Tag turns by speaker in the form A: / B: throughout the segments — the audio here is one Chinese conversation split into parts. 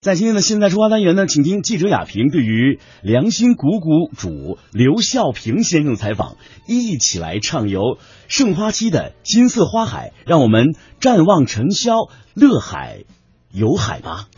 A: 在今天的现在出发单元呢，请听记者雅萍对于良心谷谷主刘孝平先生的采访，一起来畅游盛花期的金色花海，让我们绽望尘嚣，乐海游海吧。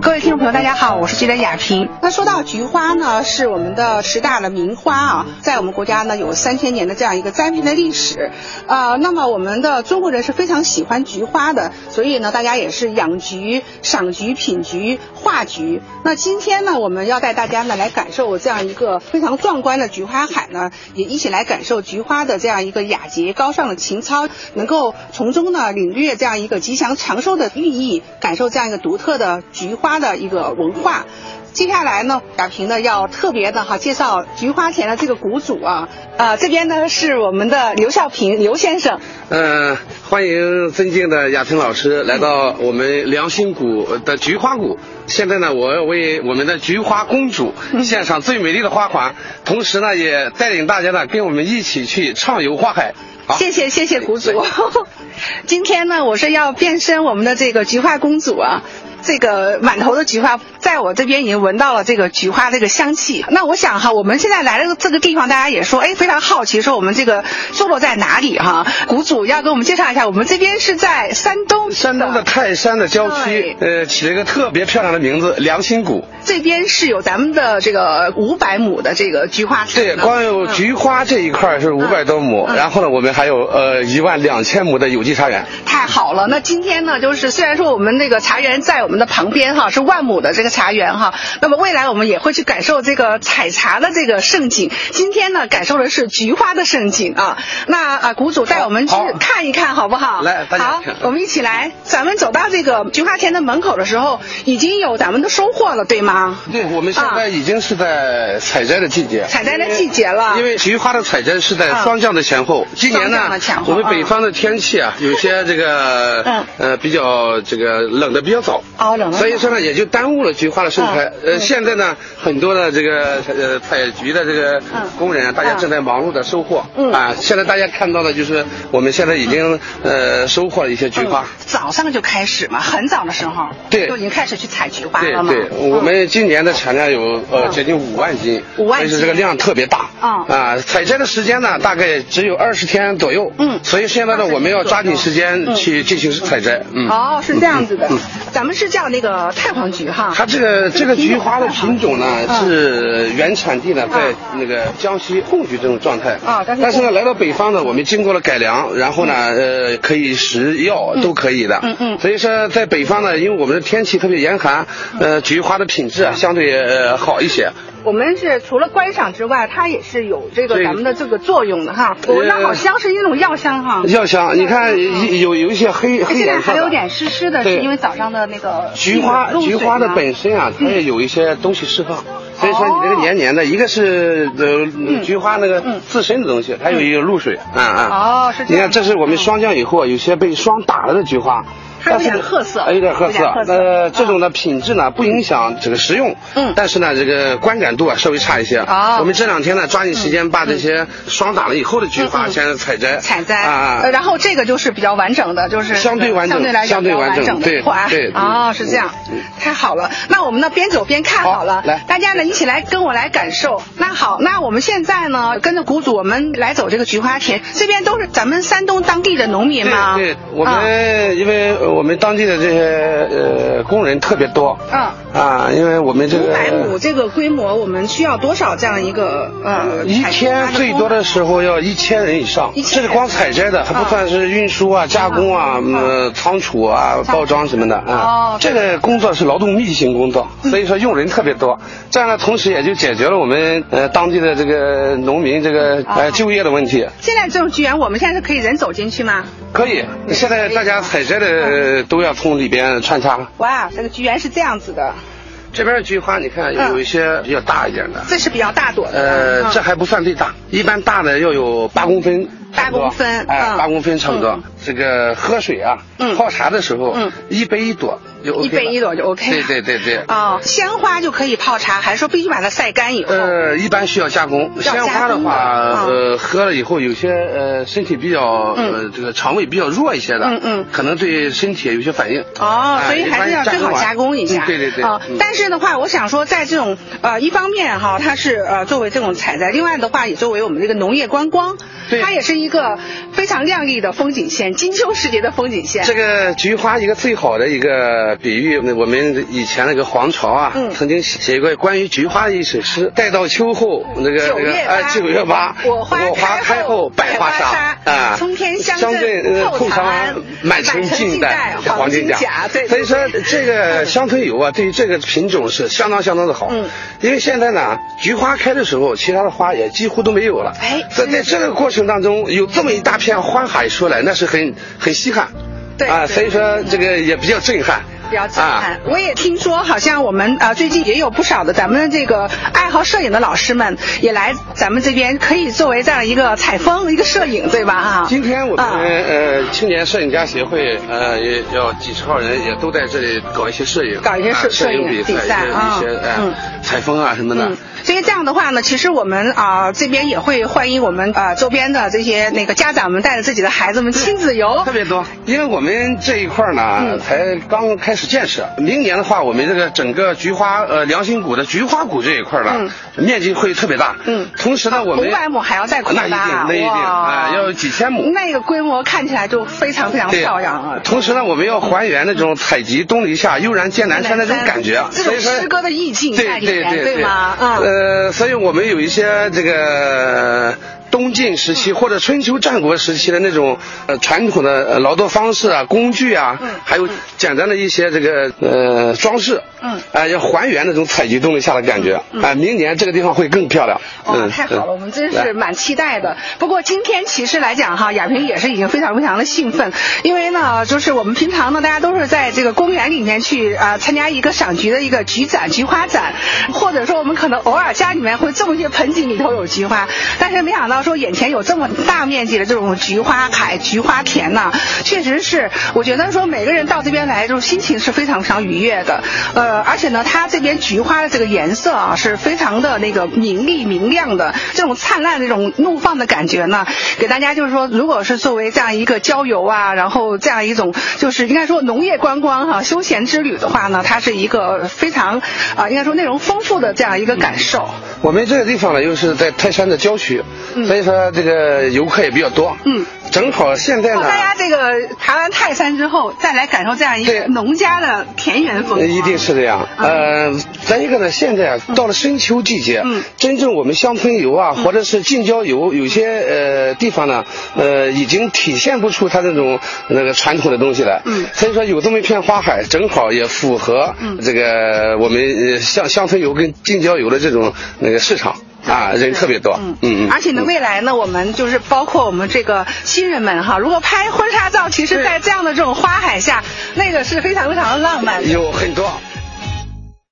B: 各位听众朋友，大家好，我是记者雅萍。
C: 那说到菊花呢，是我们的十大的名花啊，在我们国家呢有三千年的这样一个栽培的历史，呃，那么我们的中国人是非常喜欢菊花的，所以呢，大家也是养菊、赏菊、品菊、画菊。那今天呢，我们要带大家呢来感受这样一个非常壮观的菊花海呢，也一起来感受菊花的这样一个雅洁高尚的情操，能够从中呢领略这样一个吉祥长寿的寓意，感受这样一个独特的菊花的一个文化。接下来呢，雅萍呢要特别的哈介绍菊花田的这个谷主啊，呃，这边呢是我们的刘孝平刘先生，
D: 呃，欢迎尊敬的亚平老师来到我们良心谷的菊花谷。现在呢，我要为我们的菊花公主
C: 嗯
D: 献上最美丽的花环，同时呢，也带领大家呢，跟我们一起去畅游花海。好，
B: 谢谢谢谢谷主。 今天呢，我是要变身我们的这个菊花公主啊，这个满头的菊花，在我这边已经闻到了这个菊花这个香气。那我想哈，我们现在来到这个地方，大家也说哎非常好奇，说我们这个坐落在哪里哈、谷主要给我们介绍一下，我们这边是在山东，
D: 山东的泰山的郊区，呃，起了一个特别漂亮的名字——良心谷。
B: 这边是有咱们的这个五百亩的这个菊花田
D: 对，
B: 的
D: 光有
B: 嗯
D: 菊花这一块是五百多亩，
B: 嗯
D: 然后呢，我们还有呃一万两千亩的有机茶园。
B: 太好了，那今天呢，就是虽然说我们那个茶园在我们的旁边哈，是万亩的这个茶园哈，那么未来我们也会去感受这个采茶的这个盛景。今天呢，感受的是菊花的盛景啊。那啊，谷主带我们去
D: 好
B: 看一看好不好？
D: 来大家
B: 好
D: 看，
B: 我们一起来。咱们走到这个菊花田的门口的时候，已经有咱们的收获了，对吗？
D: 对，我们现在已经是在采摘的季节。
B: 啊采摘的季节了，
D: 因为菊花的采摘是在
B: 嗯
D: 霜降的前后，今年呢
B: 霜降的前后，
D: 我们北方的天气啊，有些这
B: 嗯
D: 个 呃比较这个冷的比较早，
B: 哦冷了
D: 所以说呢也就耽误了菊花的盛开
B: 嗯。
D: 呃，现在呢很多的这个呃采菊的这个
B: 嗯
D: 工人啊，大家正在忙碌的收获
B: 嗯
D: 啊。现在大家看到的就是我们现在已经呃收获了一些菊花
B: 嗯。早上就开始嘛，很早的时候，
D: 对
B: 就已经开始去采菊花
D: 对
B: 了嘛。
D: 对，我
B: 嗯
D: 们今年的产量有呃
B: 嗯
D: 接近五万斤，
B: 5万斤
D: 所以说这个量特别大。
B: 嗯
D: 啊，采摘的时间呢，大概只有二十天左右。
B: 嗯
D: 所以现在呢，我们要抓紧时间去进行采摘。嗯，
B: 哦，是这样子的
D: 嗯嗯，
B: 咱们是叫那个太黄菊哈。
D: 它这个这个
B: 品种
D: 菊花的
B: 太好
D: 品种呢
B: 嗯
D: 是原产地呢在那个江西贡菊这种状态
B: 啊江西
D: 但是呢
B: 贡
D: 来到北方呢，我们经过了改良，然后呢呃可以食药都可以的，
B: 嗯嗯
D: 所以说在北方呢，因为我们的天气特别严寒，
B: 嗯
D: 呃菊花的品质啊相对呃好一些，
B: 我们是除了观赏之外，它也是有这个
D: 对
B: 咱们的这个作用的哈。我闻到好香，是一种药香哈。
D: 药香，你看有有一些黑黑
B: 嗯哎现在
D: 颜色
B: 还有
D: 的。
B: 点湿湿的，
D: 对
B: 是因为早上的那个
D: 菊花
B: 露水嗯哦
D: 菊
B: 嘛
D: 花的本身啊，它也有一些东西释放，所以说你这个黏黏的，一个是
B: 嗯
D: 呃菊花那个自身的东西，还有一个露水，啊啊。
B: 哦是这样
D: 你看，这是我们霜降以后，啊有些被霜打了的菊花。
B: 它有点
D: 但是
B: 褐色
D: 哎有点褐
B: 有点褐
D: 色。
B: 色
D: 那这种的品质呢，不影响这个食用，
B: 嗯
D: 但是呢，这个观感度啊稍微差一些。
B: 哦嗯
D: 我们这两天呢，抓紧时间把这些霜打了以后的菊花先采摘。
B: 采摘
D: 啊
B: 呃，，然后这个就是比较完整的，就是
D: 相对完整
B: 相对来讲
D: 相对
B: 比较完
D: 完整
B: 的
D: 对
B: 花。
D: 对对嗯
B: 哦，是这样，太好了。那我们呢边走边看
D: 好
B: 好了，
D: 来
B: 大家呢一起来跟我来感受。那好，那我们现在呢跟着谷主，我们来走这个菊花田，这边都是咱们山东当地的农民吗？
D: 对，对我
B: 啊
D: 们、因为呃我们当地的这些呃工人特别多。
B: 嗯
D: 啊，因为我们这
B: 五
D: 个
B: 百亩这个规模，我们需要多少这样一个呃？
D: 一天最多的时候要一千人以上，
B: 1000
D: 这是光采摘的，还不算是运输啊、加工啊、
B: 嗯
D: 呃仓储啊、包装什么的啊。
B: 哦
D: 这个工作是劳动密集型工作，所以说用人特别多。这样呢，同时也就解决了我们呃当地的这个农民这个
B: 哦
D: 呃就业的问题。
B: 现在这种菊园，我们现在是可以人走进去吗？
D: 可以，现在大家采摘的都要从里边穿插。
B: 哇，这个菊园是这样子的，
D: 这边的菊花，你看
B: 嗯
D: 有一些比较大一点的，
B: 这是比较大朵的。
D: 呃，
B: 嗯
D: 这还不算最大，一般大的要有八公分差不多
B: 八公分
D: 哎，
B: 嗯
D: 八公分差不多
B: 嗯。
D: 这个喝水啊，
B: 嗯
D: 泡茶的时候
B: 嗯，
D: 一杯一朵就 OK 了
B: 一杯一朵就 OK
D: 对
B: 了
D: 对对对。
B: 哦，鲜花就可以泡茶，还是说必须把它晒干以后？
D: 呃，一般需要加工。
B: 要加
D: 鲜
B: 工
D: 花的话，
B: 的嗯
D: 呃，喝了以后有些呃身体比较呃这个肠胃比较弱一些的，
B: 嗯嗯
D: 可能对身体有些反应。
B: 哦，
D: 哎
B: 所以还是要最好加工一下。
D: 嗯对对对
B: 哦
D: 嗯
B: 但是的话，我想说，在这种呃，一方面哈，它是呃作为这种采摘，另外的话也作为我们这个农业观光，
D: 对
B: 它也是一个非常亮丽的风景线，金秋时节的风景线。
D: 这个菊花一个最好的一个比喻，那我们以前那个黄巢啊，
B: 嗯
D: 曾经写过关于菊花的一首诗：待到秋后，那个
B: 九
D: 那
B: 月
D: 个
B: 八
D: 哎，九月八，
B: 我花
D: 我花
B: 开
D: 开
B: 后
D: 后百
B: 百
D: 花
B: 花杀
D: 啊，
B: 冲天香
D: 香
B: 阵
D: 阵
B: 透
D: 透
B: 长
D: 长
B: 安
D: 安，满
B: 满
D: 城
B: 城尽
D: 尽
B: 带
D: 带
B: 黄
D: 黄
B: 金
D: 金
B: 甲
D: 甲。
B: 对
D: 所以说
B: 对
D: 这个乡村友啊，对于这个品种是相当相当的好。
B: 嗯，
D: 因为现在呢，菊花开的时候，其他的花也几乎都没有了。
B: 哎
D: 在在这个过程当中，有这么一大片花海出来，那是很很稀罕。
B: 对
D: 啊，
B: 对
D: 所以说这个也比较震撼，
B: 比较震撼。
D: 啊。
B: 我也听说，好像我们呃最近也有不少的咱们呃的这个爱好摄影的老师们也来咱们这边，可以作为这样一个采风、一个摄影，对吧？ 啊，
D: 今天我们、
B: 啊
D: 呃青年摄影家协会呃也要几十号人也都在这里搞一些摄影，
B: 搞一些摄
D: 啊摄
B: 摄影
D: 比
B: 比
D: 赛，
B: 赛啊
D: 一些一些
B: 嗯
D: 呃采风啊什么的
B: 嗯。，所以这样的话呢，其实我们啊、这边也会欢迎我们啊、周边的这些那个家长们带着自己的孩子们亲子 游
D: 特。别多，因为我们这一块儿
B: 嗯
D: 呢，才刚开始建设。明年的话，我们这个整个菊花呃良心谷的菊花谷这一块儿呢，面积会特别大。
B: 嗯
D: 同时呢，我
B: 五
D: 们
B: 百亩还要再扩大，
D: 那一定，那一定
B: 哇
D: 啊，要有几千亩。
B: 那个规模看起来就非常非常
D: 对，
B: 漂亮啊！
D: 同时呢，我们要还原那种采集东篱下悠然见南山的那种感觉，啊
B: 嗯这种诗歌的意境在
D: 对
B: 里
D: 对
B: 面，
D: 对
B: 吗？嗯，
D: 呃，所以我们有一些这个。东晋时
B: 嗯
D: 期或者春秋战国时期的那种呃传统的呃劳动方式啊、工具啊，
B: 嗯
D: 还有简单的一些这个呃装饰，
B: 嗯
D: 啊、要还原那种采集动力下的感觉，啊、明年这个地方会更漂亮。
B: 哇，哦太好了，
D: 嗯
B: 我们真
D: 来
B: 是蛮期待的。不过今天其实来讲哈，亚萍也是已经非常非常的兴奋，因为呢，就是我们平常呢，大家都是在这个公园里面去啊、参加一个赏菊的一个菊展、菊花展，或者说我们可能偶尔家里面会种一些盆景里头有菊花，但是没想到说眼前有这么大面积的这种菊花海、菊花田呐、确实是，我觉得说每个人到这边来，就是心情是非常非常愉悦的。呃，而且呢，它这边菊花的这个颜色啊，是非常的那个明丽明亮的，这种灿烂的这种怒放的感觉呢，给大家就是说，如果是作为这样一个郊游啊，然后这样一种就是应该说农业观光哈、休闲之旅的话呢，它是一个非常啊、应该说内容丰富的这样一个感受。
D: 我们这个地方呢，又是在泰山的郊区，
B: 嗯
D: 所以说这个游客也比较多。
B: 嗯，
D: 正好现在
B: 哦
D: 呢，
B: 大家这个爬完泰山之后，再来感受这样一个
D: 对
B: 农家的田园风
D: 呃
B: 光，
D: 一定是这样。
B: 啊
D: 呃，再一个呢，现在啊，到了深秋季节，
B: 嗯
D: 真正我们乡村游啊，或者是近郊游，有些呃地方呢，呃，已经体现不出它这种那个传统的东西来。
B: 嗯
D: 所以说有这么一片花海，正好也符合
B: 嗯
D: 这个我们呃乡乡村游跟近郊游的这种那个市场啊，人特别多。嗯嗯，
B: 而且呢，
D: 嗯
B: 未来呢，我们就是包括我们这个新人们哈，如果拍婚纱照，其实，
D: 对
B: 在这样的这种花海下，那个是非常非常的浪漫的。
D: 有很多，